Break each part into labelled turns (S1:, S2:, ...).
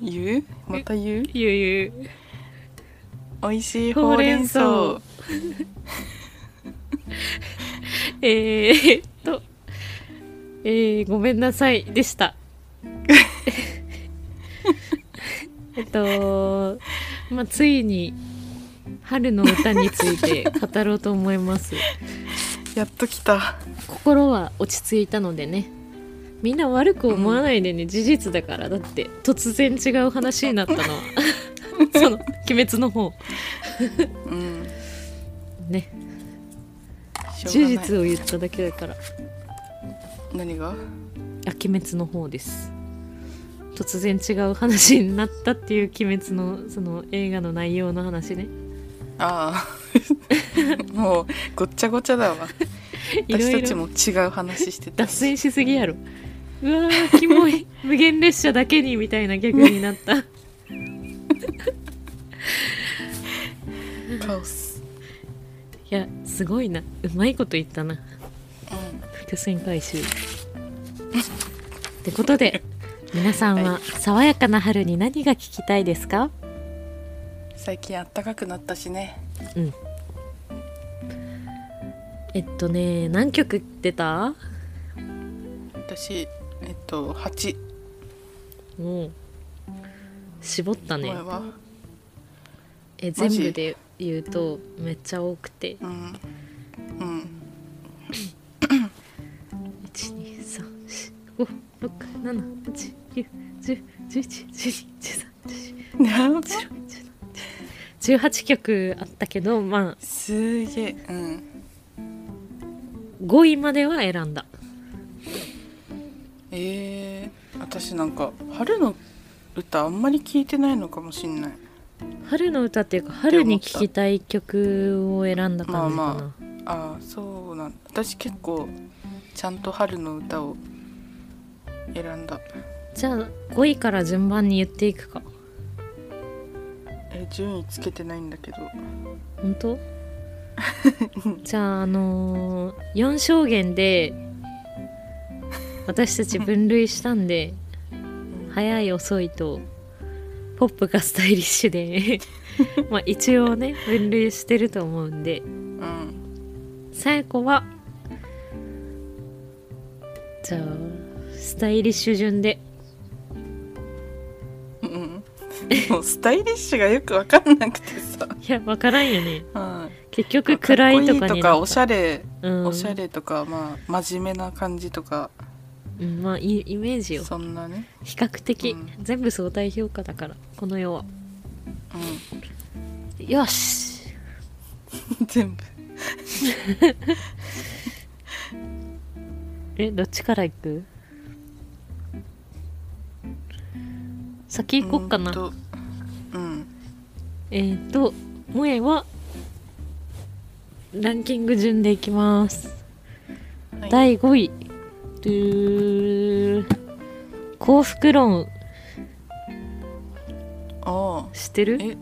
S1: 言うまた言う
S2: ゆうゆ
S1: 美
S2: う
S1: 味しいほうれん草
S2: ほうえー、っとえー、ごめんなさいでした えっと、まあ、ついに春の歌について語ろうと思います
S1: やっと来た
S2: 心は落ち着いたのでねみんな悪く思わないでね、事実だからだって突然違う話になった のはその「鬼滅」の方
S1: うん
S2: ね
S1: しょうが
S2: 事
S1: ない
S2: 実を言っただけだから
S1: 何が
S2: あ鬼滅の方です突然違う話になったっていう鬼滅のその映画の内容の話 ね
S1: あ あもうごっちゃごちゃだわ
S2: いろ
S1: 私
S2: い
S1: たち
S2: ろ
S1: も違う話してた
S2: 脱
S1: し
S2: 線しすぎやろうわーキモい無限列車だけにみた いなギャグになった
S1: カオス
S2: いやすごいなうまいこと言ったな
S1: うん
S2: 伏線回収ってことで皆さんは爽やかな春に何が聞きたいですか
S1: 最近あったかくなったしね
S2: えっとね何曲出た
S1: 私えっと8
S2: もう絞った
S1: お
S2: ね
S1: 前は、
S2: え
S1: マ
S2: 全
S1: ジ
S2: 部で言うとめっちゃ多くて
S1: うんうんなんか
S2: 123456789101112131415161718曲あったけどます
S1: げえうん
S2: あ5位までは選んだ
S1: えー、私なんか春の歌あんまり聞いてないのかもしんない
S2: 春の歌っていうか春に聴きたい曲を選んだ感じかな、
S1: まあまああそうなん私結構ちゃんと春の歌を選んだ
S2: じゃあ5位から順番に言っていくか
S1: え順位つけてないんだけど
S2: 本当じゃああのー、4証言で私たち分類したんで
S1: うん
S2: 早い遅いとポップがスタイリッシュで まあ一応ね分類してると思うんで
S1: うん
S2: 最後はじゃあスタイリッシュ順で
S1: うんもうスタイリッシュがよくわかんなくてさ、
S2: いや分からんよね
S1: うん、
S2: 結局暗いと
S1: かっこい
S2: かに
S1: いと
S2: な
S1: か
S2: っ
S1: おしたゃれ、
S2: うん
S1: おしゃれとかまあ真面目な感じとか
S2: うんまあイイメージよ
S1: そんなね
S2: 比較的、
S1: うん
S2: 全部相対評価だからこの世は
S1: う
S2: よし
S1: ん全部
S2: えどっちから行く先行こっかな
S1: うんとうん
S2: えっ、ー、と萌えはランキング順でいきます、
S1: はい
S2: 第5位ドゥー幸福論
S1: ああ
S2: 知ってる
S1: え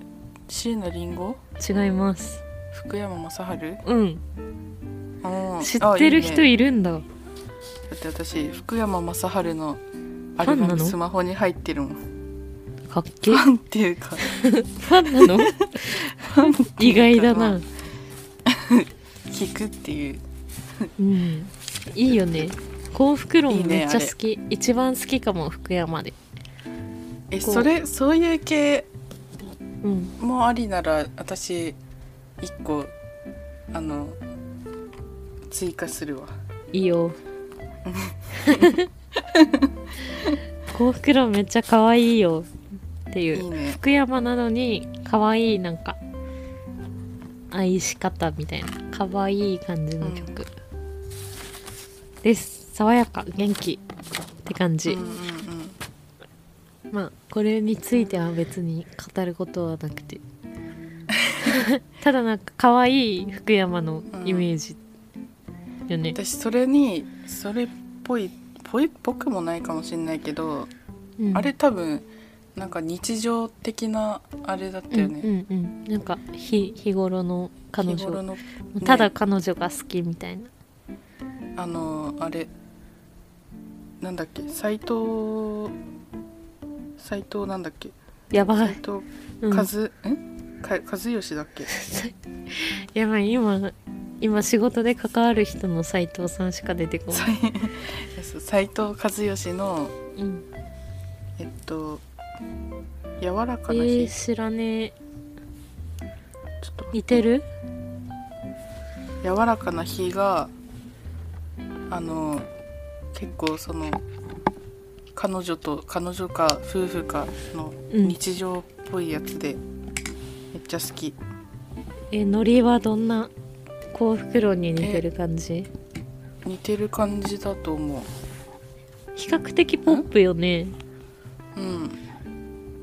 S1: 椎名林檎
S2: 違います
S1: 福山雅治
S2: うん
S1: うん
S2: 知ってる
S1: あ
S2: 人
S1: いいね
S2: いるんだ
S1: だって私福山雅治のアル
S2: ファン
S1: バ
S2: な
S1: ム
S2: の
S1: スマホに入ってるもんフ
S2: かっけえ
S1: ァンっていうか
S2: ファ ンなの意外だな
S1: 聞くっていう
S2: うんいいよね幸福
S1: いい
S2: 論
S1: ね
S2: めっちゃ好き一番好きかも福山で
S1: え
S2: こう
S1: それそういう系
S2: うん
S1: もありなら私一個あの追加するわ
S2: いいよ 幸福論めっちゃ可愛いよってい
S1: いういね
S2: 福山なのに可愛いなんか愛し方みたいな可愛い感じの曲、です爽やか元気って感
S1: うん
S2: じ、
S1: うん
S2: まあこれについては別に語ることはなくて ただなんか可愛い福山のイメージよ
S1: う
S2: ね
S1: ん、私それにそれっぽいぽいっぽくもないかもしれないけど、
S2: うん
S1: あれ多分なんか日常的なあれだったよね、
S2: うんうんうんなんか日日頃の彼
S1: 日頃
S2: 女
S1: の、ね
S2: ただ彼女が好きみたいな、
S1: あのあれなんだっけ斎藤斎藤なんだっけ
S2: やば
S1: 斎
S2: い、
S1: 藤
S2: うん
S1: 和、んか和義だっけ
S2: やばい今今仕事で関わる人の斎藤さんしか出てこない、
S1: 斎そう斎藤和義の
S2: うん、
S1: えっと柔ら
S2: え
S1: かな日、
S2: ー、知らねえ
S1: ちょっと
S2: 似てる
S1: 柔らかな日があの結構その彼女と彼女か夫婦かの
S2: うん
S1: 日常っぽいやつで、めっちゃ好き
S2: えノリはどんな幸福論に似てる感じ
S1: 似てる感じだと思
S2: 比較的ポップよね
S1: ううん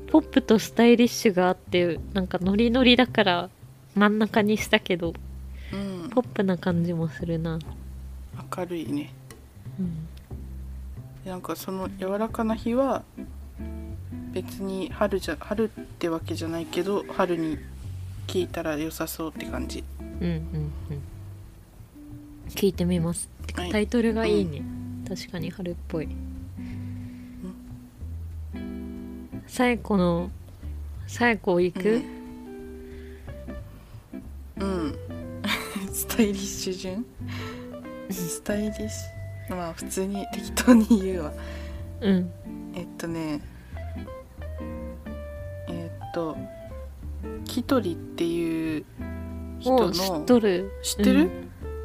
S2: ポップとスタイリッシュがあってなんかノリノリだから真ん中にしたけど
S1: うん
S2: ポップな感じもするな、
S1: 明るいね
S2: うん、
S1: なんかその柔らかな日は別に春じゃ春ってわけじゃないけど春に聞いたら良さそうって感じ
S2: うんうんうん聞いてみますてか
S1: はい
S2: タイトルがいいね、確かに春っぽい最古の最古行く、
S1: うん スタイリッシュ順スタイリッシュまあ普通に適当に言うわ
S2: うん
S1: えっとねえっとキトリっていう人
S2: お
S1: の
S2: う知っとる
S1: 知ってる、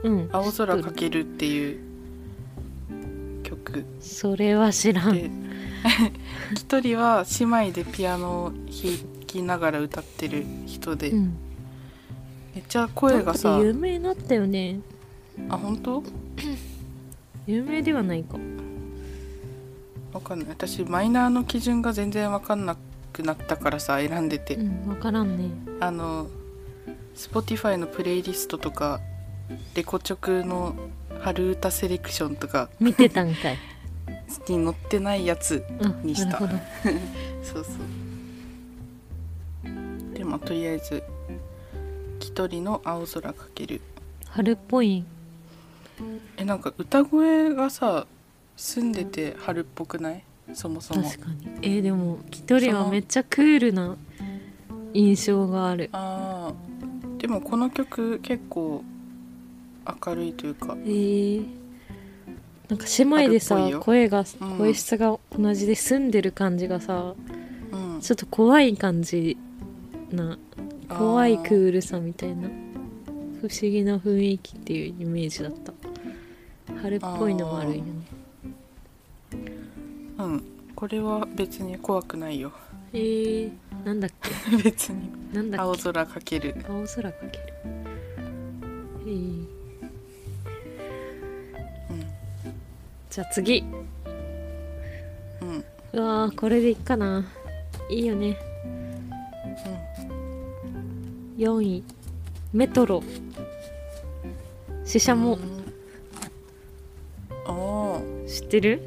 S2: うん
S1: 青空かけるっていう曲
S2: それは知らん
S1: で一人は姉妹でピアノを弾きながら歌ってる人で、
S2: うん
S1: めっちゃ声がさ
S2: なんか有名になったよね
S1: あ本当
S2: 有名ではないか
S1: わかんない私マイナーの基準が全然わかんなくなったからさ選んでて、
S2: うんわからんね
S1: あの Spotify のプレイリストとかレコチョクの春歌セレクションとか
S2: 見てたんかい
S1: に載ってないやつ
S2: あ
S1: にした
S2: なるほど
S1: そうそうでもとりあえず「一人の青空かける」
S2: 春っぽい
S1: えなんか歌声がさ澄んでて春っぽくないそもそも
S2: 確かにえーでもキトリはめっちゃクールな印象がある
S1: あーでもこの曲結構明るいというか
S2: えーなんか姉妹で
S1: 春っぽ
S2: さ
S1: いよ
S2: 声が
S1: うん
S2: 声質が同じで澄んでる感じがさ
S1: うん
S2: ちょっと怖い感じな
S1: あー
S2: 怖いクールさみたいな不思議な雰囲気っていうイメージだった春っぽいのもあるよね
S1: うんこれは別に怖くない よ
S2: えー、なんだっけ
S1: 別に
S2: なんだっけ
S1: 青空かける
S2: 青空かける、えーじゃあ次
S1: うんうん
S2: うわーこれでいっかないいよね4位メトロ死者も
S1: ああー
S2: 知ってる、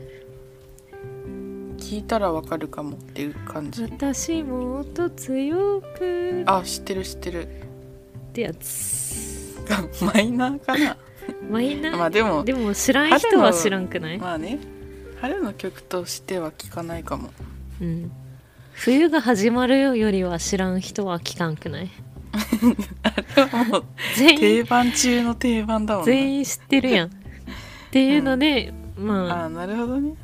S1: 聞いたらわかるかもっていう感じ
S2: 私もっと強く
S1: あ知ってる知ってる
S2: ってやつ
S1: マイナーかな
S2: マイナー、
S1: まあでも
S2: でも知らん人
S1: 春
S2: は
S1: の
S2: 知らんくない、
S1: まあね春の曲としては聞かないか も
S2: うん、冬が始まるよりは知らん人は聞かんくない
S1: もう
S2: 全員
S1: 定番中の定番だもんね
S2: 全員知ってるやんっていうので、まあ
S1: ああなるほどね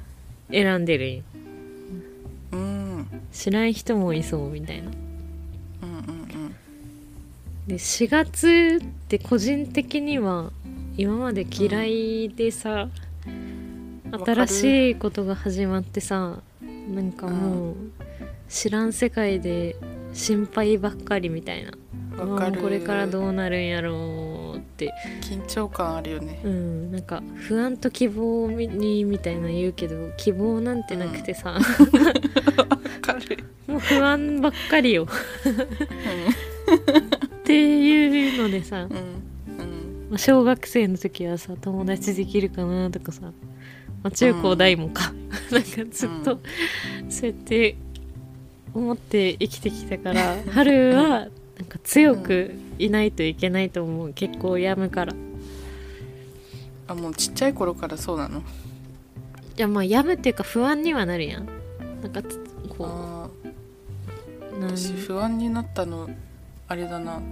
S2: 選んでるんよ
S1: うんうん
S2: 知らん人もいそうみたいな
S1: うんうん
S2: で4月って個人的には今まで嫌いでさ、
S1: わかる
S2: 新しいことが始まってさなんかもう知らん世界で心配ばっかりみたいな
S1: わかる
S2: もうこれからどうなるんやろうって
S1: 緊張感あるよね
S2: うんなんか不安と希望にみたいな言うけど希望なんてなくてさ、
S1: わかる
S2: もう不安ばっかりよっていうのでさ
S1: うんうん
S2: まあ小学生の時はさ友達できるかなとかさ、まあ、中高大もか、 なんかずっと、そうやって思って生きてきたから春はなんか強くいないといけないと思う結構病むからい
S1: あもうちっちゃい頃からそうなの
S2: やまあ病むっていうか不安にはなるやんなんかつこ
S1: あ
S2: うなん
S1: ー私不安になったのあれだな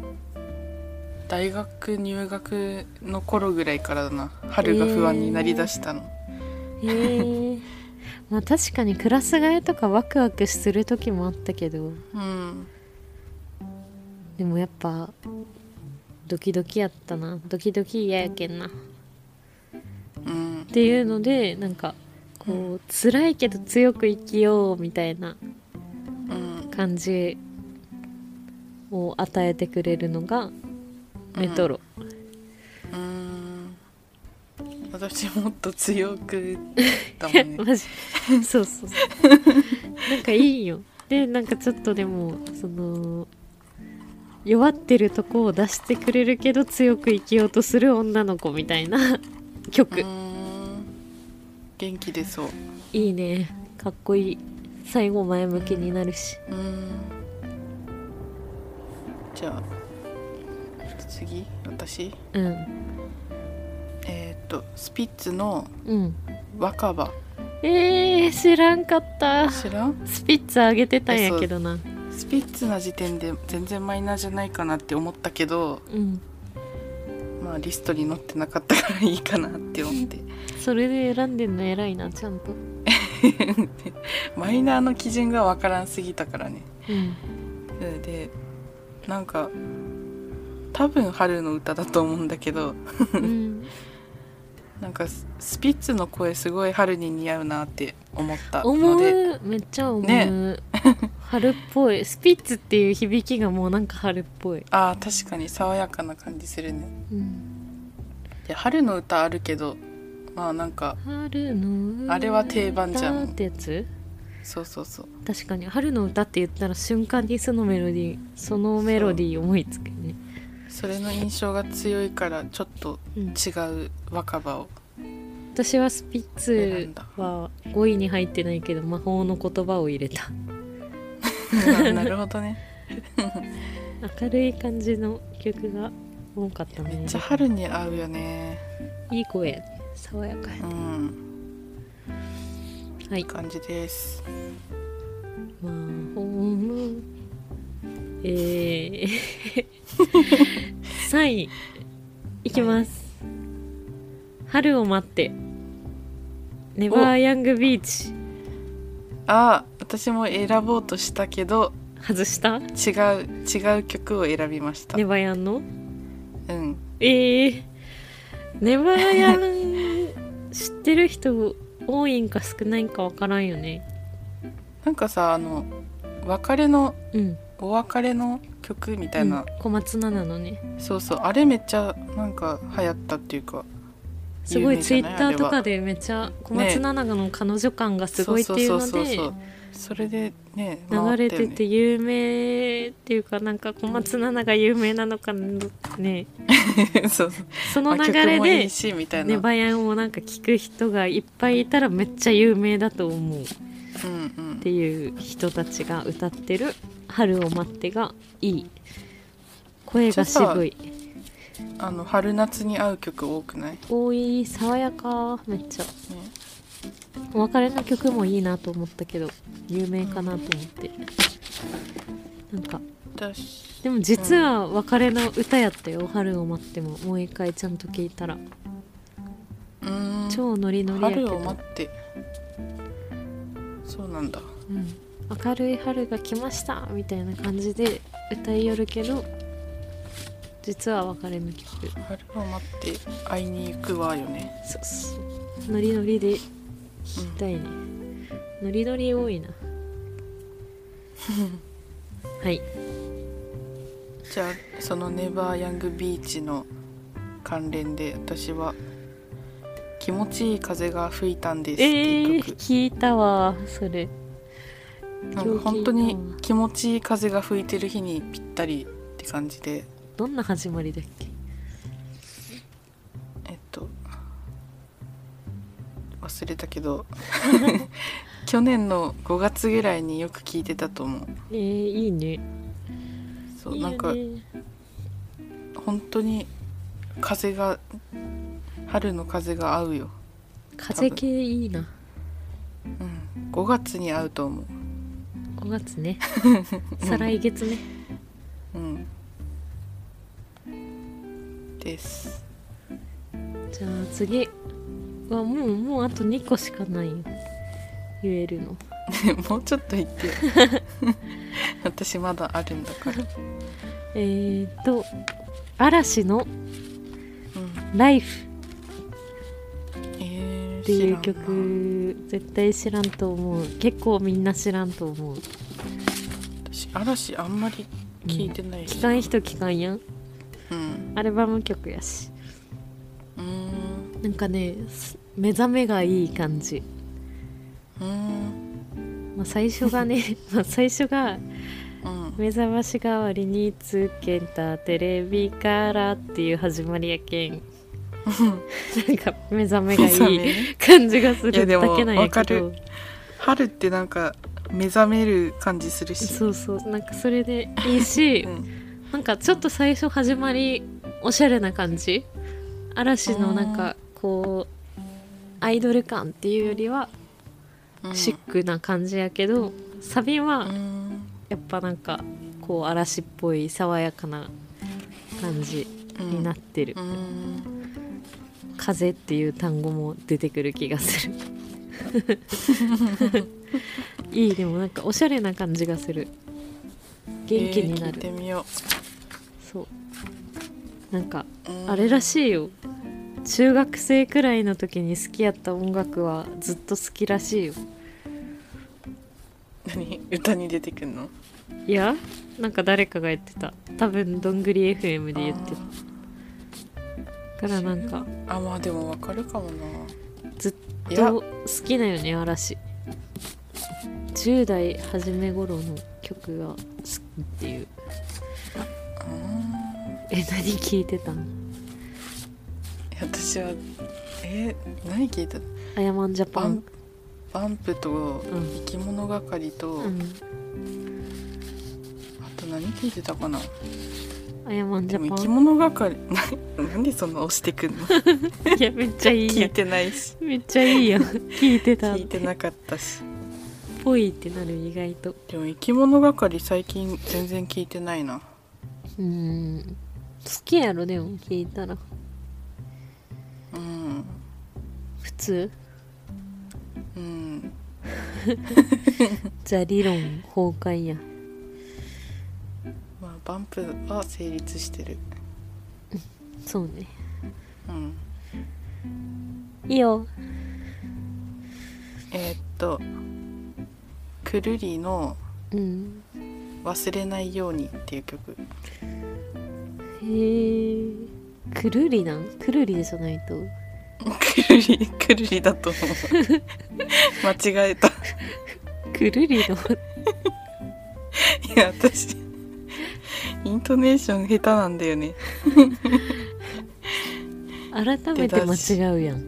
S1: 大学入学の頃ぐらいからだな春が不安になりだしたの、
S2: へーまあ確かにクラス替えとかワクワクする時もあったけど
S1: うん
S2: でもやっぱドキドキやったなドキドキ嫌やけんなっ
S1: うん
S2: ていうのでなんかこう辛いけど強く生きようみたいな
S1: うん
S2: 感じを与えてくれるのがメトロ、
S1: うん私もっと強くだもんね
S2: マジそう そうそうなんかいいよでなんかちょっとでもその弱ってるとこを出してくれるけど強く生きようとする女の子みたいな曲、
S1: うん元気出そう
S2: いいねかっこいい最後前向きになるし
S1: うんじゃあ次私
S2: うん
S1: えーっとスピッツの
S2: うん
S1: 若葉
S2: えー、知らんかった
S1: 知らん
S2: スピッツあげてたんやけどな
S1: スピッツな時点で全然マイナーじゃないかなって思ったけど
S2: うん
S1: まあリストに載ってなかったからいいかなって思って
S2: それで選んでんの偉いなちゃんとう
S1: マイナーの基準がわからんすぎたからね
S2: ん
S1: うんでなんか多分春の歌だと思うんだけど
S2: うん
S1: なんかススピッツの声すごい春に似合うなって思った
S2: 思
S1: ので
S2: うめっちゃ思う、
S1: ね
S2: 春っぽいスピッツっていう響きがもうなんか春っぽい、
S1: ああ確かに爽やかな感じするね
S2: うん、
S1: で春の歌あるけどまあなんか
S2: 春の歌
S1: あれは定番じゃん
S2: ってやつ
S1: そうそうそう
S2: 確かに春の歌って言ったら瞬間にそのメロディーそのメロディー思いつくよね
S1: それの印象が強いからちょっと
S2: うん
S1: 違う若葉を
S2: 私はスピッ
S1: 選
S2: ツ
S1: んだ
S2: は5位に入ってないけど魔法の言葉を入れた
S1: ななるほどね
S2: 明るい感じの曲が多かったね
S1: めっちゃ春に合うよね
S2: いい声やね爽やかや
S1: う
S2: ね
S1: ん
S2: はい
S1: 感じです
S2: まあ、ほんえー、3位いきます、春を待ってネバーヤングビーチ
S1: ああ私も選ぼうとしたけど
S2: 外した
S1: 違う違う曲を選びました、
S2: ネバヤンの
S1: うん
S2: えー、ネバーヤ ン知ってる人多いんか少ないんかわからんよね
S1: なんかさあの別れの
S2: うん
S1: お別れの曲みたいな
S2: う、ん小松菜奈のね
S1: そうそうあれめっちゃなんか流行ったっていうか
S2: すごい
S1: 有名
S2: ツ
S1: じ
S2: イ
S1: ゃない
S2: ッ
S1: あ
S2: ター
S1: れは
S2: とかでめっちゃ小松菜奈の彼女感がすごいっていうの
S1: そうそうそう
S2: で
S1: そうそれでね
S2: 流れ
S1: 回ったよ
S2: て
S1: ね
S2: て有名っていうかなんか小松菜奈が有名なの かね
S1: そうそう
S2: その流
S1: まあ曲
S2: れ
S1: もい
S2: で
S1: いしみたいな、
S2: ネバヤンをなんか聞く人がいっぱいいたらめっちゃ有名だと思うっ
S1: うんうん
S2: ていう人たちが歌ってる「春を待って」がいい声が渋い
S1: あの春夏に合う曲多くない、ね、
S2: 多い爽やかめっちゃお別れの曲もいいなと思ったけど有名かなと思ってなんか
S1: 私
S2: でも実は別れの歌やったよ、春を待ってももう一回ちゃんと聞いたら
S1: うーん
S2: 超ノリノリやけ
S1: 春
S2: ど
S1: を待ってそうなんだ
S2: うん、明るい春が来ましたみたいな感じで歌いよるけど実は別れの曲
S1: 春を待って会いに行くわよね
S2: そうそうノリノリで聴きたいね、ノリノリ 多いなはい
S1: じゃあそのネバーヤングビーチの関連で私は「気持ちいい風が吹いたんです」
S2: え
S1: っていう
S2: ー、
S1: 曲、
S2: 聞いたわそれ
S1: なんか本当
S2: 今日
S1: に
S2: 聞いたわ
S1: 気持ちいい風が吹いてる日にぴったりって感じで
S2: どんな始まりだっけ
S1: えっと忘れたけど 去年の5月ぐらいによく聞いてたと思う
S2: えー、いいね
S1: そう
S2: いいよ
S1: なんか
S2: ね
S1: 本当に風が春の風が合うよ、
S2: 風系いいな
S1: うん、5月に合うと思う
S2: 5月ね再来月 ね
S1: うんです
S2: じゃあ次はもうもうあと2個しかないよ言えるの
S1: もうちょっと言 ってよ私まだあるんだから
S2: えー、っと嵐
S1: う
S2: の
S1: ん
S2: 「ライフ
S1: えー、
S2: ってい
S1: 知らん
S2: う
S1: な
S2: 曲絶対知らんと思う結構みんな知らんと思う
S1: 私嵐あんまり聞いてないし
S2: 聞かん人聞かんやん
S1: うん
S2: アルバム曲やし
S1: うーん
S2: なんかねす目覚めがいい感じ、
S1: うーん
S2: まあ、最初がね まあ最初が
S1: うん
S2: 目覚まし代わりにつけたテレビからっていう始まりや けんなんか目覚めが
S1: 目覚め
S2: いい
S1: ね
S2: 感じがする
S1: いや
S2: だ
S1: でも
S2: けなんやけ
S1: わか
S2: ど
S1: る 春ってなんか目覚める感じするし
S2: そうそうなんかそれでいいし、
S1: うん
S2: なんかちょっと最初始まりおしゃれな感じ嵐のなんかこうアイドル感っていうよりは
S1: うん
S2: シックな感じやけど、サビは
S1: うん
S2: やっぱなんかこう嵐っぽい爽やかな感じになってる、
S1: うん
S2: 風っていう単語も出てくる気が するいいでもなんかおしゃれな感じがする元気になる
S1: えー聞い、てみよ
S2: そうなんか
S1: う、うん
S2: あれらしいよ中学生くらいの時に好きやった音楽はずっと好きらしいよ
S1: 何歌に出てくんの
S2: いやなんか誰かが言ってた多分どんぐり FM で言ってたからなんか
S1: あまあでもわかるかもな
S2: ずっ
S1: いや
S2: と好きなよね嵐10代初め頃の曲が好きっていう
S1: うん
S2: え何聞いてたん
S1: 私はえー何聞いた
S2: アヤマンジャ
S1: バ
S2: パン
S1: ンバンプと
S2: ん
S1: 生き物係と、
S2: うん
S1: あと何聞いてたかな
S2: アヤマンジ
S1: でも
S2: ャ
S1: 生
S2: パ
S1: き
S2: ン
S1: 物係ななんでそんな押してくんの
S2: いやめっちゃいい
S1: 聞
S2: や
S1: いてないし
S2: んめっちゃいいやん聞いてたっ
S1: 聞いて
S2: て
S1: なかったし
S2: ぽいってなる意外と
S1: でも生き物係最近全然聞いてないな
S2: うん好きやろでも聞いたら
S1: うん
S2: 普通
S1: うん
S2: じゃあ理論崩壊や
S1: まあバンプは成立してる
S2: そうね
S1: うん
S2: いいよ
S1: えーっとくるりの
S2: うん
S1: 「忘れないように」っていう曲
S2: へえくるりなんくるりじゃないと
S1: くるりくるりだと思う 間違えたい
S2: くるりの
S1: や私イントネーション下手なんだよね
S2: 改めて間違うやん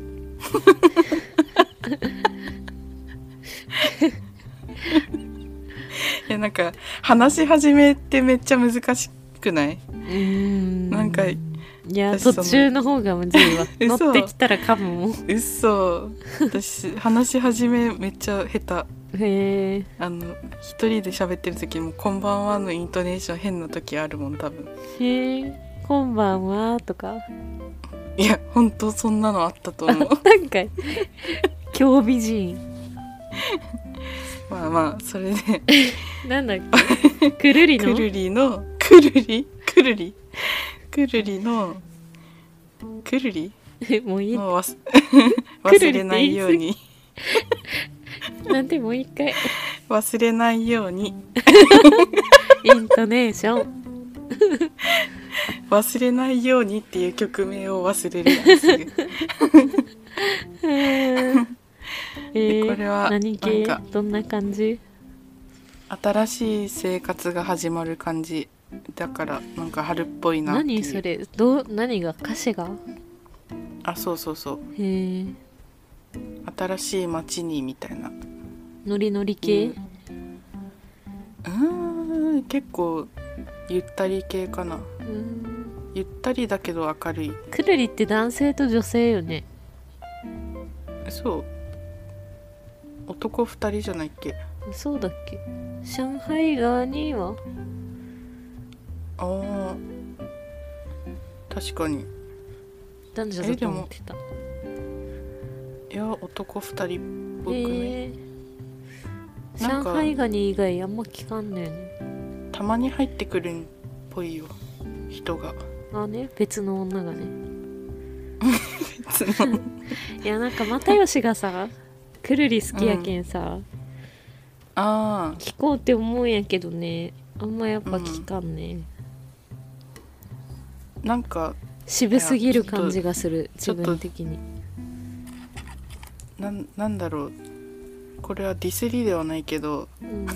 S1: いやなんか話し始めってめっちゃ難しくない
S2: うん
S1: なんか
S2: いや
S1: 私その
S2: 途中の方がむずいわ
S1: 嘘
S2: 乗ってきたらかも
S1: うっそ私話し始めめっちゃ下手
S2: へえ
S1: あの一人で喋ってる時も「こんばんは」のイントネーション変な時あるもん多分
S2: へえこんばんはとか
S1: いや本当そんなのあったと思う
S2: なんか興味人
S1: まあまあそれで
S2: なんだっ けくるり
S1: く
S2: の
S1: るりのくるりくるりくるりのくるり
S2: え もういい
S1: の忘
S2: くるり
S1: 忘れ
S2: って言い過ぎ
S1: ないように
S2: なんでもう一回
S1: 忘れないように
S2: イントネーション
S1: 忘れないようにっていう曲名を忘れるやつ
S2: へ ーえー
S1: これは
S2: 何系
S1: なんか
S2: どんな感じ
S1: 新しい生活が始まる感じだからなんか春っぽいなっていう
S2: 何それどう何が歌詞が
S1: あそうそうそう
S2: へえ
S1: 新しい街にみたいな
S2: ノリノリ系、
S1: うんうーん結構ゆったり系かな
S2: うん
S1: ゆったりだけど明るい
S2: くるりって男性と女性よね
S1: そう男2人じゃないっけ
S2: そうだっけ上海側には
S1: ああ確かに
S2: 男女だと思ってた
S1: いや男2人っぽくね、
S2: えー
S1: なん
S2: 上
S1: か
S2: 海ガニ以外あんま聞かんのよね
S1: たまに入ってくるっぽいよ人 が
S2: あね別の女がね
S1: 別の
S2: いやなんか又吉 がさくるり好きやけん
S1: あ
S2: さ、
S1: あ
S2: 聞こうって思うんやけどねあんまやっぱ聞かんね、
S1: なんか
S2: 渋すぎる
S1: いやちょっと
S2: 感じがする
S1: ち
S2: 自
S1: ょっと
S2: 分的に
S1: なんなんだろうこれはディスりではないけど
S2: うん、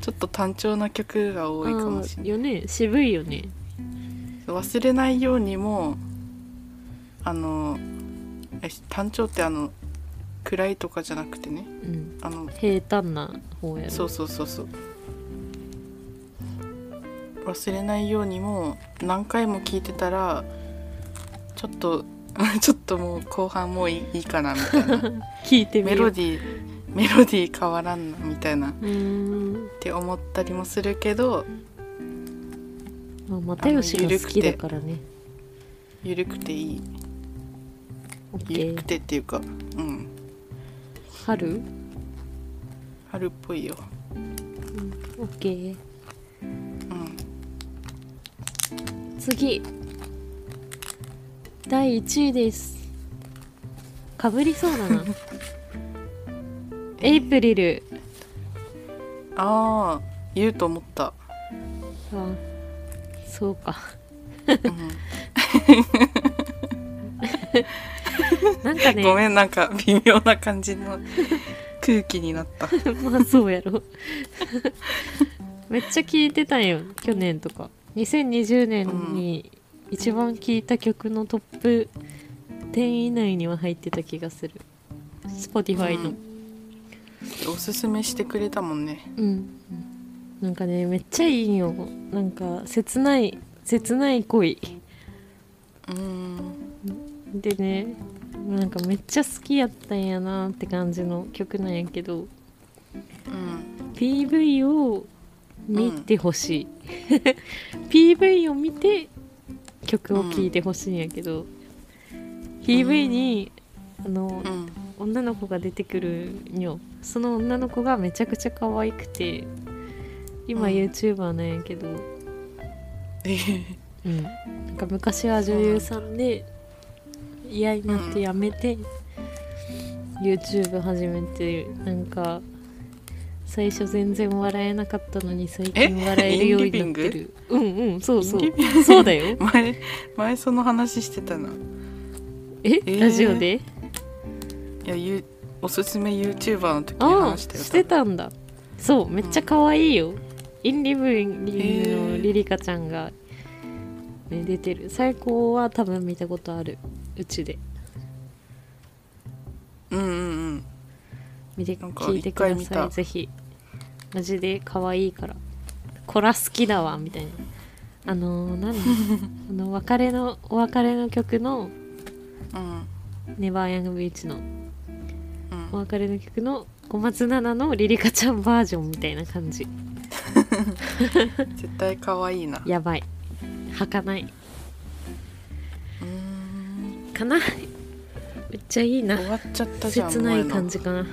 S1: ちょっと単調な曲が多いかもし
S2: あ
S1: れ
S2: ー
S1: ない
S2: よね渋いよね
S1: 忘れないようにもあのえ単調ってあの暗いとかじゃなくてね
S2: うん
S1: あの
S2: 平坦な方やろ
S1: そうそうそうそう忘れないようにも何回も聞いてたらちょっと ちょっともう後半もういいいいかなみたいな
S2: 聞いてみ
S1: メ
S2: よ
S1: ロ
S2: う
S1: ディーメロディー変わらんなみたいなっ
S2: うーん
S1: て思ったりもするけど
S2: まあ又吉が好きだからね
S1: ゆるくていい
S2: オッケ
S1: ゆるく
S2: ー
S1: てっていうかうん
S2: 春
S1: 春っぽいよ
S2: オッケー
S1: うん
S2: 次第1位ですかぶりそう だなエイプリル
S1: ああ言うと思った、
S2: あそうか
S1: う
S2: なんか
S1: ん、
S2: ね
S1: ごめんなんか微妙な感じの空気になった
S2: まあそうやろ めっちゃ聴いてたんよ去年とか2020年に一番聴いた曲のトップ10以内には入ってた気がする Spotify の
S1: おすすめしてくれたもんね
S2: うん、なんかねめっちゃいいんよなんか切ない切ない恋
S1: うーん
S2: でねなんかめっちゃ好きやったんやなって感じの曲なんやけど
S1: うん
S2: PV を見てほしい、PV を見て曲を聴いてほしいんやけど、PV にあの、
S1: うん
S2: 女の子が出てくるんよその女の子がめちゃくちゃ可愛くて今
S1: うん
S2: YouTuber なんやけど、
S1: えへへ
S2: うん、なんか昔は女優さんで嫌になって辞めて、YouTube 始めてなんか最初全然笑えなかったのに最近
S1: え
S2: 笑えるようになってるうんうんそうそうそうだよ
S1: 前前その話してたな
S2: え、
S1: ー
S2: ラジオで
S1: いやゆおすすめ YouTuber の時に
S2: ああ
S1: 話したよ
S2: してたんだそうめっちゃ可愛いよ、インリブインリブのリリカちゃんが、ね、出てる最高は多分見たことあるうちで
S1: 多分うんうん
S2: 見て
S1: なんか
S2: 聞いてくだ
S1: 一
S2: さ
S1: 回
S2: い
S1: 見た
S2: ぜひマジで可愛いからこら好きだわみたいなあのー、なんだあの別れのお別れの曲の
S1: うんうん
S2: 「ネバーヤングビーチ」の
S1: うん
S2: お別れの曲の小松菜奈のリリカちゃんバージョンみたいな感じ
S1: 絶対可愛いな
S2: やばい儚かないう
S1: ーん
S2: かなめっちゃいいな
S1: 終わっちゃったじゃん
S2: 切ない感
S1: 前
S2: じかない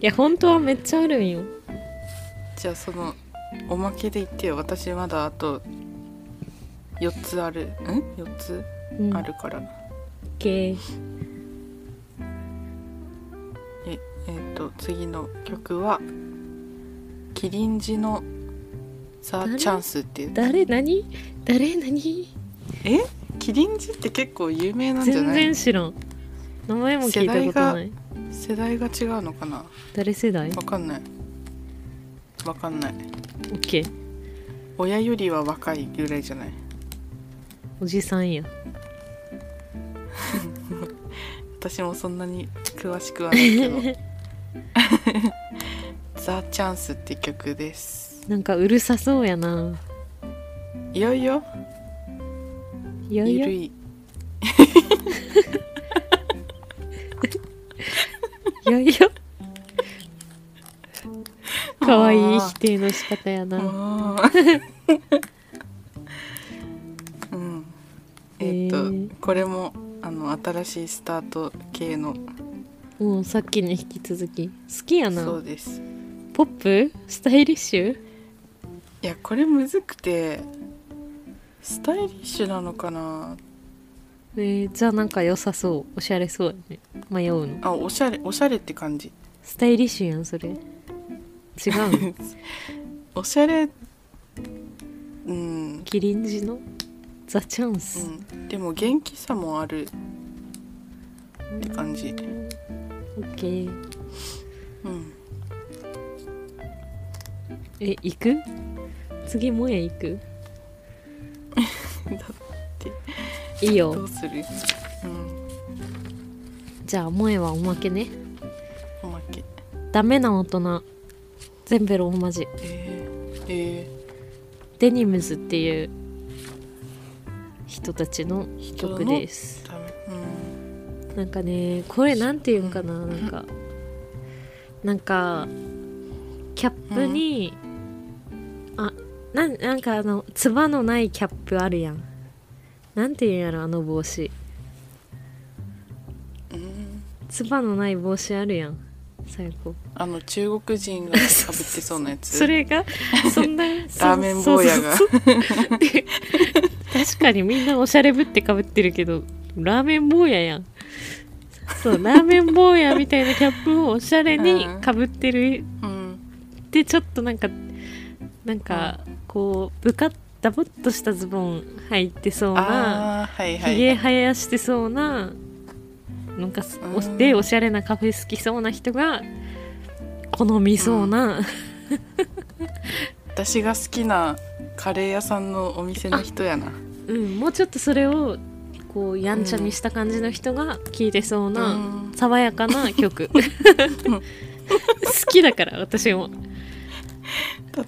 S2: や本当はめっちゃあるんよ
S1: のじゃあそのおまけで言ってよ私まだあと4つあるん4つ
S2: うん
S1: あるから、
S2: 系
S1: ええー、と次の曲はキリンジの「ザ・
S2: 誰
S1: チャンス」っていう
S2: 誰何誰何
S1: えキリンジって結構有名なんじゃ
S2: 全
S1: な
S2: 然
S1: い
S2: 知らん名前も聞いたことない
S1: 世代が違うのかな
S2: 誰世代
S1: わかんないわかんない
S2: ?OK
S1: 親よりは若いぐらいじゃない
S2: おじさんや
S1: 私もそんなに詳しくはない けど「ザ・チャンス」って曲です
S2: なんかうるさそうやない
S1: よいよ
S2: いやい
S1: ゆ
S2: や
S1: るい
S2: いやいや可愛い否定の仕方やな。
S1: あー うんえーっと、
S2: えー
S1: これもあの新しいスタート系の
S2: もうさっきに引き続き好きやな
S1: そうです
S2: ポップスタイリッシュ
S1: いやこれむずくてスタイリッシュなのかな
S2: えーじゃあなんか良さそうおしゃれそうやね迷うの
S1: あおしゃれおしゃれって感じ
S2: スタイリッシュやんそれ違う の
S1: おしゃれうん、
S2: キリンジのザ・チャン
S1: う
S2: ス、
S1: ん、でも元気さもあるって感じ
S2: オッケー
S1: うん
S2: え行く次もや行く
S1: だって
S2: いい
S1: ど
S2: よ
S1: うするうん
S2: じゃあ萌えはおまけね
S1: おまけ
S2: ダメな大人全ベロ大マジ
S1: えー、え
S2: デニムズっていう人たちの
S1: ー、人の
S2: 曲です
S1: ダメうん
S2: なんかねこれなんていうんかななんかなんかキャップに、あなんなんかあのつばのないキャップあるやんなんていうんやろあの帽子
S1: うん
S2: つばのない帽子あるやん最高
S1: あの中国人がかぶってそうなやつ
S2: それがそんな
S1: ラーメン坊やが
S2: そうそう そうで確かにみんなおしゃれぶってかぶってるけどラーメン坊ややんそうラーメン坊やみたいなキャップをおしゃれにかぶってる
S1: うん
S2: でちょっとなんかなんかこうぶかダボっとしたズボン入ってそう
S1: あ
S2: な
S1: あーはいは
S2: ひ
S1: い
S2: げ生やしてそうななんかすお
S1: うん
S2: でおしゃれなカフェ好きそうな人が好みそうな、
S1: 私が好きなカレー屋さんのお店の人やな
S2: うんもうちょっとそれをこうやんちゃにした感じの人が聴いてそうな、
S1: うん
S2: 爽やかな 曲好きだから私も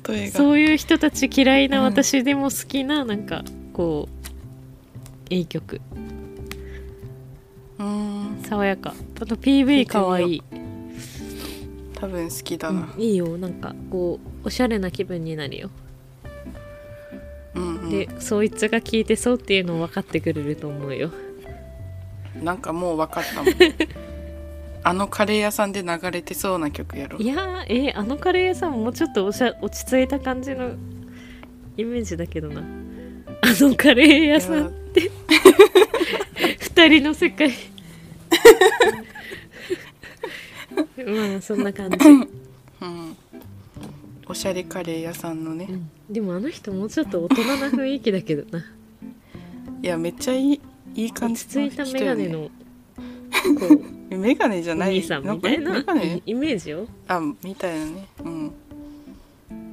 S1: 例えが
S2: そういう人たち嫌いな私でも好きななんかこういい曲
S1: うん
S2: 爽やかあと
S1: 聞い
S2: PV
S1: てみよう
S2: かわいい、
S1: 多分好きだ
S2: う
S1: な、
S2: ん、いいよなんかこうおしゃれな気分になるよ、
S1: うんうん、
S2: でそいつが聞いてそうっていうのを分かってくれると思うよ
S1: なんかもう分かったも んあのカレー屋さんで流れてそうな曲やろ
S2: いやーえーあのカレー屋さんもうちょっとおしゃ落ち着いた感じのイメージだけどなあのカレー屋さん二人の世界まあそんな感じ、
S1: うんおしゃれカレー屋さんのね
S2: うんでもあの人もうちょっと大人な雰囲気だけどない
S1: やめっちゃいいいい感
S2: 落
S1: じ
S2: ち着いた眼鏡
S1: の
S2: のこう
S1: 人よねメガネじゃ
S2: お
S1: ない
S2: 兄さんみたいなん
S1: かメガネ
S2: イメージを
S1: あみたいなねうん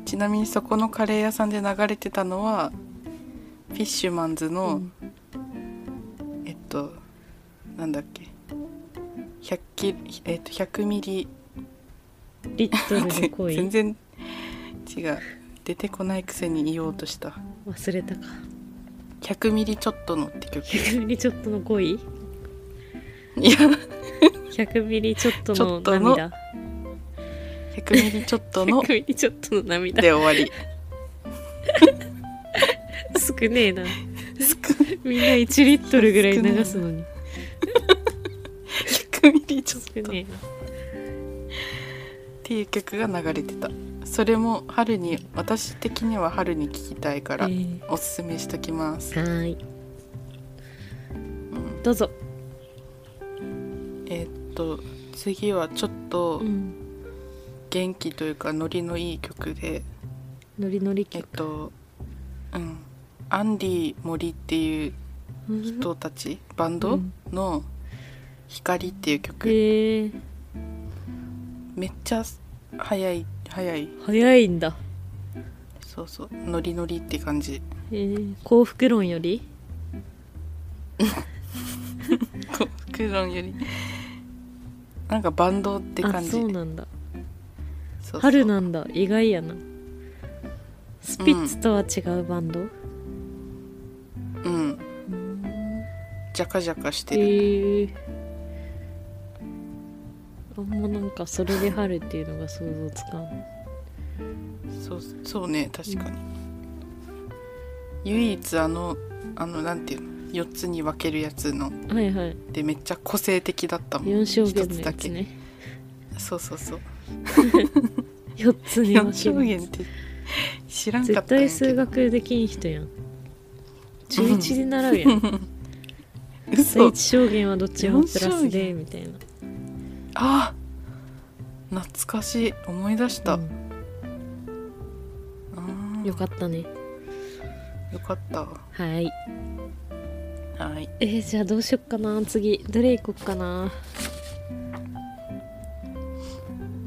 S1: ちなみにそこのカレー屋さんで流れてたのはフィッシュマンズの、
S2: うん
S1: えっとなんだっけ100キえっと100ミリ
S2: リットルの恋
S1: 全然違う出てこないくせに言おうとした
S2: 忘れたか
S1: 100ミリちょっとのって 曲
S2: 100ミリちょっとの恋
S1: いや
S2: 100ミリちょっと
S1: ちょ
S2: の
S1: っとの
S2: 涙
S1: 100ミリちょっとの
S2: 100ミリちょっとの涙
S1: で終わり
S2: 少ねえなみんな1リットルぐらい流すのに
S1: 100ミリちょっ
S2: 少
S1: とっ
S2: ね
S1: ていう曲が流れてたそれも春に私的には春に聴きたいか
S2: え
S1: ら
S2: な、えー
S1: おすすめしときます、
S2: はーい
S1: うん
S2: どうぞ、
S1: えーっと次はちょっと
S2: うん、
S1: 元気というかノリのいい曲で
S2: ノリノリ
S1: えっ
S2: 曲
S1: とうんアンディ森っていう人たちバン
S2: う
S1: ド
S2: ん
S1: の「光」っていう曲、
S2: へえ
S1: めっちゃ早い早い
S2: 早いんだ
S1: そうそうノリノリって感じ
S2: えー、幸福論より
S1: こうクーロンよりなんかバンドって感じ
S2: あそうなんだ
S1: そうそう
S2: 春なんだ意外やなスピッツとは違うバンド、
S1: うんジャカジャカして
S2: え
S1: る、
S2: ーあんまなんかそれで春っていうのが想像つかん
S1: そうそうね確かに、唯一あのあのなんていうの4つに分けるやつの
S2: はいはい
S1: でめっちゃ個性的だったもん
S2: 4小
S1: 一
S2: 限
S1: つ
S2: の
S1: だ
S2: や
S1: け
S2: つね
S1: そうそうそう
S2: 4つに分
S1: 4
S2: け
S1: 証
S2: る
S1: 言
S2: や
S1: っ
S2: つ
S1: て知らんか
S2: 絶
S1: ったんや
S2: 対
S1: けど
S2: 数学できん人やん11で習うやん第
S1: 嘘
S2: 一証言はどっちもプラスでみたいな
S1: あ懐かしい思い出した、
S2: う
S1: あ
S2: ん
S1: ー
S2: よかったね
S1: よかったわ
S2: はい
S1: はい
S2: えー、じゃあどうしよっかな次どれ行こっかなう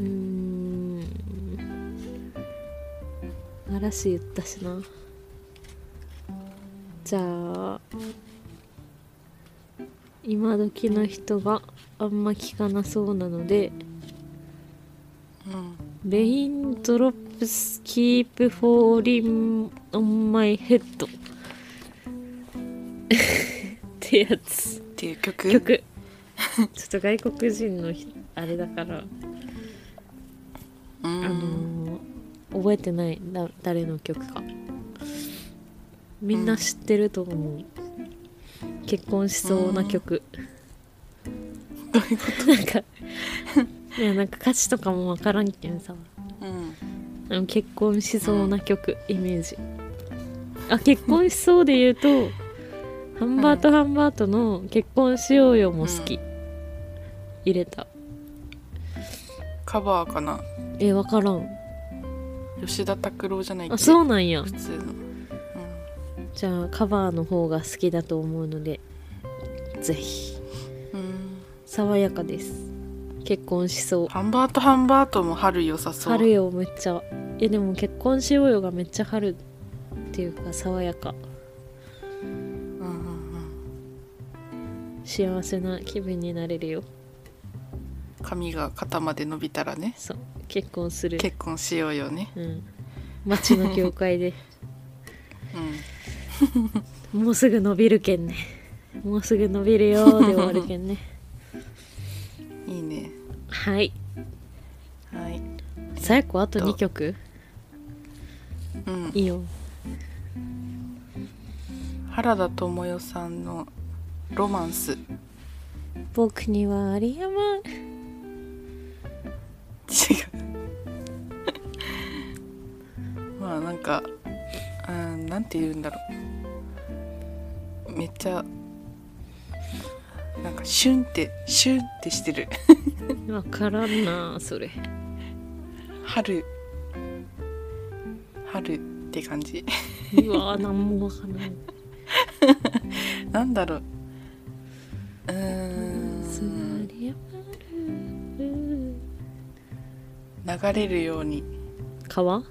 S2: ーん嵐言ったしなじゃあ今時の人があんま聞かなそうなので
S1: うん
S2: レインドロップスキープフォーリンオンマイヘッド ってやつ
S1: っていう曲
S2: 曲ちょっと外国人のひあれだから、
S1: う
S2: あ
S1: ん
S2: のー覚えてないだ誰の曲かみんな知ってると思う、結婚しそうな曲、
S1: どういうこ
S2: なんかいやなんか歌詞とかもわからんけんさ
S1: とうん
S2: あの結婚しそうな曲、イメージあ結婚しそうで言うとハンバートハンバートの「結婚しようよ」も好き、入れた
S1: カバーかな
S2: えわからん
S1: 吉田拓郎じゃないっけ
S2: あそうなんや
S1: 普通の、
S2: じゃあカバーの方が好きだと思うのでぜひ
S1: うんうん、
S2: 爽やかです結婚しそう
S1: ハンバートハンバートも春良さそう
S2: 春よめっちゃえでも結婚しようよがめっちゃ春っていうか爽やか
S1: うんうん
S2: 幸せな気分になれるよ
S1: うん、髪が肩まで伸びたらね
S2: そう結婚する
S1: 結婚しようよね
S2: うん街の教会で
S1: う
S2: もうすぐ伸びるけんねもうすぐ伸びるよーで終わるけんね
S1: んいいね
S2: はい
S1: はい
S2: さやこあと2曲
S1: うん
S2: いいよ
S1: 原田知世さんのロマンス
S2: 僕にはありやまん
S1: 違う まあなんかうんなんて言うんだろうめっちゃなんかシュンってシュンってしてる
S2: わからんなそれ
S1: 春春って感じ
S2: うわーなんもわからない
S1: なんだろううーん流れるように
S2: 川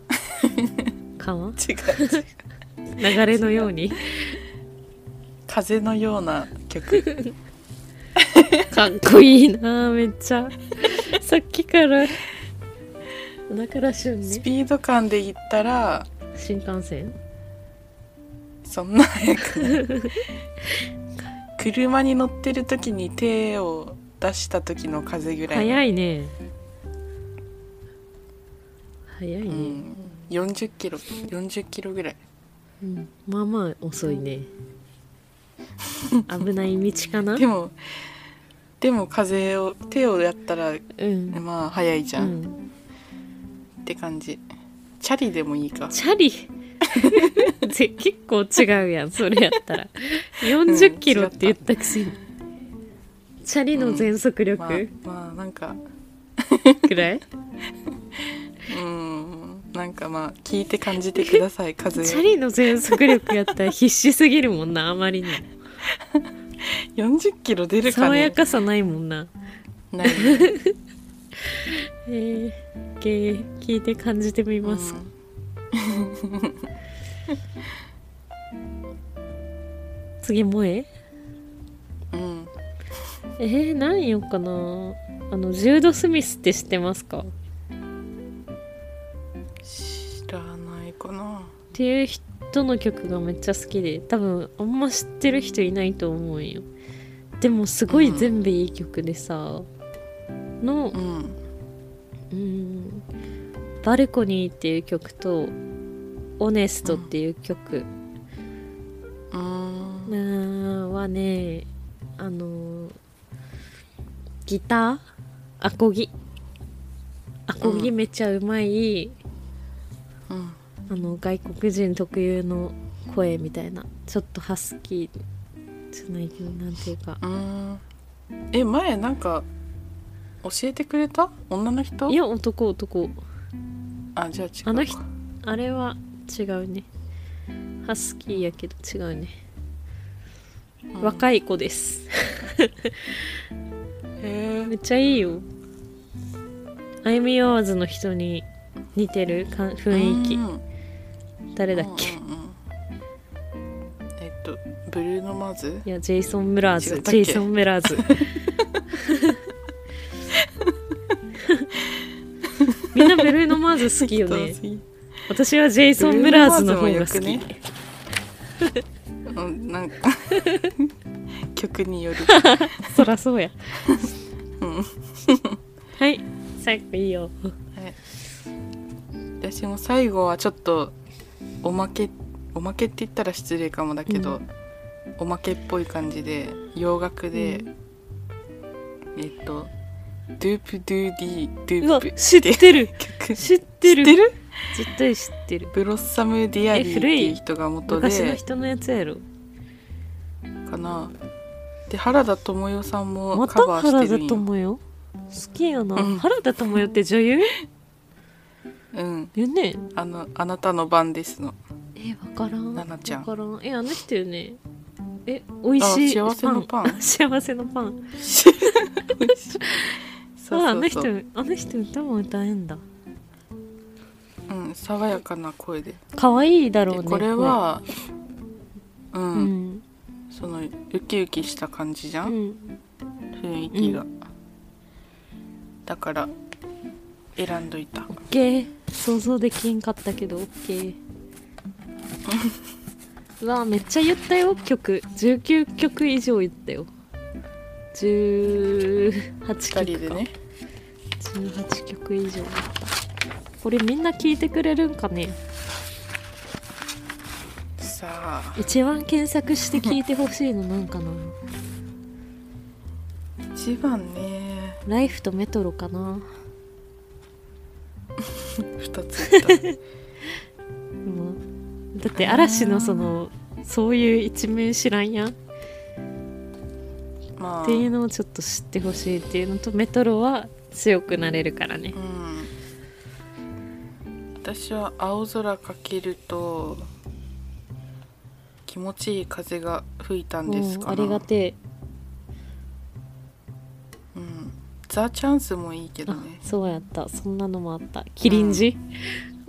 S2: 川
S1: 違う違う
S2: 流れのように
S1: 風のような曲
S2: かっこいいなあめっちゃさっきからだから旬
S1: ス
S2: ね
S1: ピード感で言ったら
S2: 新幹線
S1: そんな早くない車に乗ってる時に手を出した時の風ぐらい
S2: 早いね早いうね、
S1: ん、40キロ40キロぐらい
S2: うんまあまあ遅 いね危ない道かな
S1: でもでも風を手をやったら
S2: うん、
S1: まあ早いじ
S2: う
S1: ゃん、
S2: ん、
S1: って感じチャリでもいいか
S2: チャリ ぜ結構違うやんそれやったら40キロって言ったくせに、チャリの全速
S1: まあ
S2: 力
S1: まあなんか
S2: くらい、
S1: うんなんかまあ聞いて感じてください風を
S2: チャリの全速力やったら必死すぎるもんなあまりに
S1: 40キロ出るか
S2: 爽
S1: ね
S2: やかさないもんな
S1: ない
S2: えー、けー聞いて感じてみます、次萌え
S1: うん、うん
S2: えー、何よっかなあのジュード・スミスって知ってますか
S1: 知らないかな
S2: っていう人の曲がめっちゃ好きで多分あんま知ってる人いないと思うよでもすごい全部いい曲でさ、の
S1: うん
S2: うんバルコニーっていう曲とオネストっていう曲、
S1: うーん
S2: うんはねあのーギターアコギアコギめちゃうまい、
S1: うん
S2: あの外国人特有の声みたいなちょっとハスキーじゃないけどなんていうか
S1: うーんえ前なんか教えてくれた女の人
S2: いや男男
S1: あじゃあ違うか
S2: あの人あれは違うねハスキーやけど違う
S1: う
S2: ね、
S1: ん
S2: 若い子です
S1: へ
S2: めっちゃいいよアイミーアワーズの人に似てるか
S1: え
S2: 雰囲気
S1: うん
S2: 誰だっけ、
S1: うんうんうんえっとブルーノ・マーズ
S2: いやジェイソン・ムラー
S1: 違
S2: ズ
S1: ったっ
S2: ジェ
S1: け
S2: イソン・ムラー ズみんなブルーノ・マーズ好きよね
S1: 人多すぎ
S2: 私はジェイソン・ムラーズの方が
S1: ブルーノ
S2: 好
S1: マーズもよく
S2: き、
S1: うんなんか 曲による
S2: そらそうや
S1: うん
S2: はい最後いいよ
S1: 私も最後はちょっとおまけおまけって言ったら失礼かもだけど、
S2: う
S1: おまけっぽい感じで洋楽で、
S2: う
S1: えっと「ドゥープドゥーディードゥ
S2: うわ
S1: ープ」
S2: 知ってる
S1: 曲知っ
S2: 知ってる
S1: てる
S2: 絶対知ってる
S1: ブロッサム・ディアリーっていう人が元
S2: 昔の
S1: で
S2: 人のやつやろ
S1: かなで原田知世さんも
S2: ま
S1: カ
S2: た
S1: バー
S2: 原
S1: してる
S2: 田
S1: ん
S2: 知
S1: よ、
S2: 世好きやな、
S1: うん
S2: 原田知世って女優
S1: うん
S2: よね
S1: あの「あなたの番ですの」
S2: えわからん
S1: ななちゃん
S2: わからんえあの人よねえ美味しい
S1: あ幸せのパン
S2: 幸せのパン
S1: そ
S2: そううあ
S1: そ
S2: の
S1: うそう、
S2: 人あの人歌も歌えんだ
S1: うん、爽やかな声で
S2: 可愛いだろうね
S1: でこれは、う
S2: 声
S1: ん
S2: うん
S1: そのウキウキした感じじゃ、
S2: うんん
S1: 雰囲気が、だから選んどいた
S2: オッケー想像できんかったけどオッケー うわめっちゃ言ったよ曲19曲以上言ったよ18
S1: 2人
S2: 曲
S1: で
S2: か、
S1: ね
S2: 18曲以上言ったこれみんな聞いてくれるんかね
S1: さあ
S2: 一番検索して聞いてほしいのなんかな
S1: 一番ね
S2: 「ライフとメトロ」かな
S1: 2つ 言っ
S2: もうだって嵐のそのそういう一面知らんやん
S1: たまあ
S2: っていうのをちょっと知ってほしいっていうのとメトロは強くなれるからね
S1: うん私は青空かけると気持ちいい風が吹いたんです
S2: うん
S1: か
S2: あ
S1: ら
S2: りがてえ
S1: うん、ザ・チャンスもいいけど
S2: あ
S1: ね
S2: そうやったそんなのもあったキリンジ、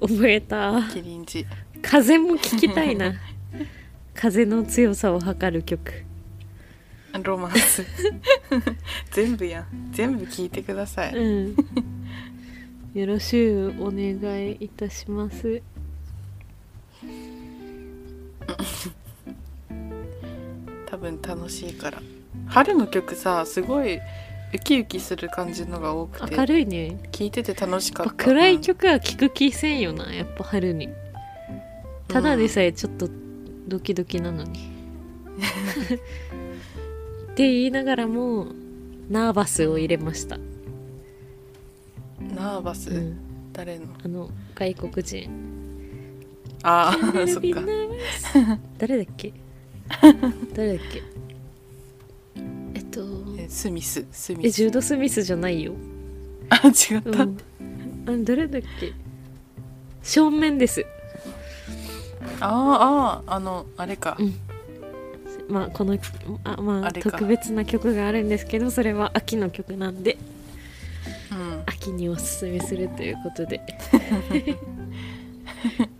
S2: 覚えた
S1: キリンジ
S2: 風も聞きた いな風の強さを測る曲
S1: ロマンス 全部やん全部聞いてください、
S2: うんよろしゅうお願いいたします
S1: 多分楽しいから春の曲さすごいウキウキする感じのが多くて
S2: 明るいね
S1: 聞いてて楽しか
S2: やっ
S1: っ
S2: ぱ
S1: た
S2: 暗い曲は聴く気せんよなやっぱ春にただでさえちょっとドキドキ なのにって言いながらもナーバスを入れました、
S1: うんナーバス、
S2: うん、
S1: 誰の
S2: あの外国人
S1: ああ そっ
S2: Be
S1: か
S2: nervous 誰だっ け誰だっけえっと
S1: えスミスス
S2: え
S1: ミ
S2: ジ
S1: ス
S2: ュード・スミスじゃないよ、
S1: あ違っ
S2: う
S1: た、
S2: ん、あ誰だっけ正面です
S1: あーあーあのあれか、
S2: うんまあこのあま
S1: あ
S2: あ
S1: れか
S2: 特別な曲があるんですけどそれは秋の曲なんで
S1: うん
S2: 秋におすすめするというこ とで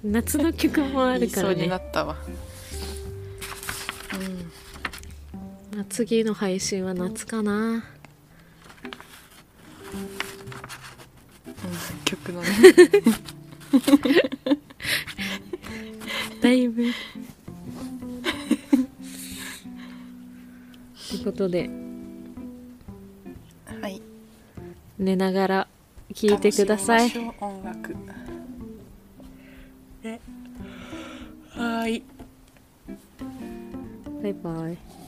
S2: 夏の曲もあ
S1: 言
S2: る
S1: い
S2: か
S1: そ
S2: ら
S1: うにな
S2: ね、
S1: ったわ、うん、
S2: まあ、次の配信は夏かな
S1: 曲のね
S2: だいぶ ということで
S1: はい
S2: 寝ながら聞いてください
S1: 楽しみましょう音楽ねはーい
S2: バイバイ